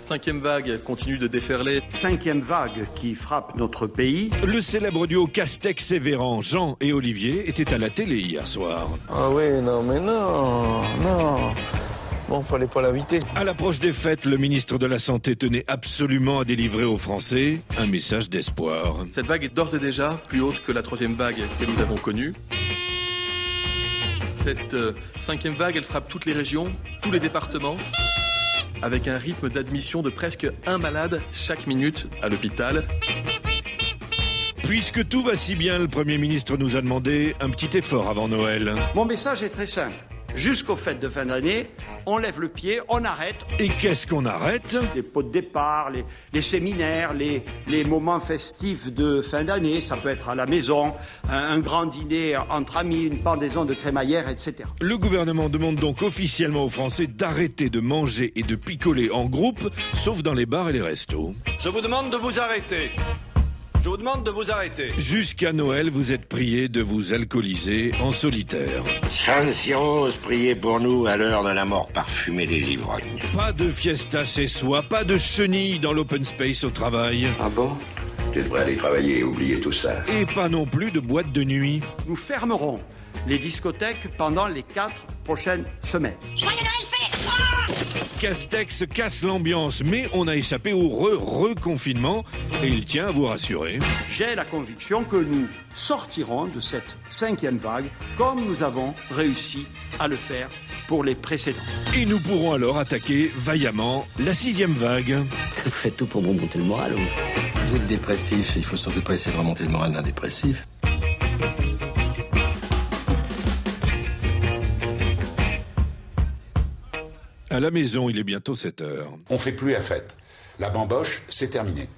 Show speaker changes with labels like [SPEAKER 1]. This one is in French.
[SPEAKER 1] cinquième vague continue de déferler.
[SPEAKER 2] Cinquième vague qui frappe notre pays.
[SPEAKER 3] Le célèbre duo Castex et Véran, Jean et Olivier, était à la télé hier soir.
[SPEAKER 4] Ah oui, non, mais non, non. Bon, fallait pas l'inviter.
[SPEAKER 3] À l'approche des fêtes, le ministre de la Santé tenait absolument à délivrer aux Français un message d'espoir.
[SPEAKER 1] Cette vague est d'ores et déjà plus haute que la troisième vague que nous avons connue. Cette euh, cinquième vague, elle frappe toutes les régions, tous les départements, avec un rythme d'admission de presque un malade chaque minute à l'hôpital.
[SPEAKER 3] Puisque tout va si bien, le Premier ministre nous a demandé un petit effort avant Noël.
[SPEAKER 5] Mon message est très simple. Jusqu'aux fêtes de fin d'année, on lève le pied, on arrête
[SPEAKER 3] Et qu'est-ce qu'on arrête
[SPEAKER 5] les pots de départ, les, les séminaires, les, les moments festifs de fin d'année. Ça peut être à la maison, un, un grand dîner entre amis, une pendaison de crémaillère, etc.
[SPEAKER 3] Le gouvernement demande donc officiellement aux Français d'arrêter de manger et de picoler en groupe, sauf dans les bars et les restos.
[SPEAKER 6] Je vous demande de vous arrêter. Je vous demande de vous arrêter.
[SPEAKER 3] Jusqu'à Noël, vous êtes priés de vous alcooliser en solitaire.
[SPEAKER 7] Sainte Cyrose, priez pour nous à l'heure de la mort parfumée des ivrognes.
[SPEAKER 3] Pas de fiesta chez soi, pas de chenille dans l'open space au travail,
[SPEAKER 7] Ah bon Tu devrais aller travailler et oublier tout ça.
[SPEAKER 3] et pas non plus de boîte de nuit.
[SPEAKER 5] Nous fermerons les discothèques pendant les quatre prochaines semaines.
[SPEAKER 3] Castex casse l'ambiance, mais on a échappé au re-reconfinement et il tient à vous rassurer.
[SPEAKER 5] J'ai la conviction que nous sortirons de cette cinquième vague comme nous avons réussi à le faire pour les précédentes.
[SPEAKER 3] Et nous pourrons alors attaquer vaillamment la sixième vague.
[SPEAKER 8] Vous faites tout pour me remonter le moral, ou
[SPEAKER 4] Vous êtes dépressif, il faut surtout pas essayer de remonter le moral d'un dépressif.
[SPEAKER 3] À la maison, il est bientôt 7 heures.
[SPEAKER 9] On fait plus la fête. La bamboche, c'est terminé.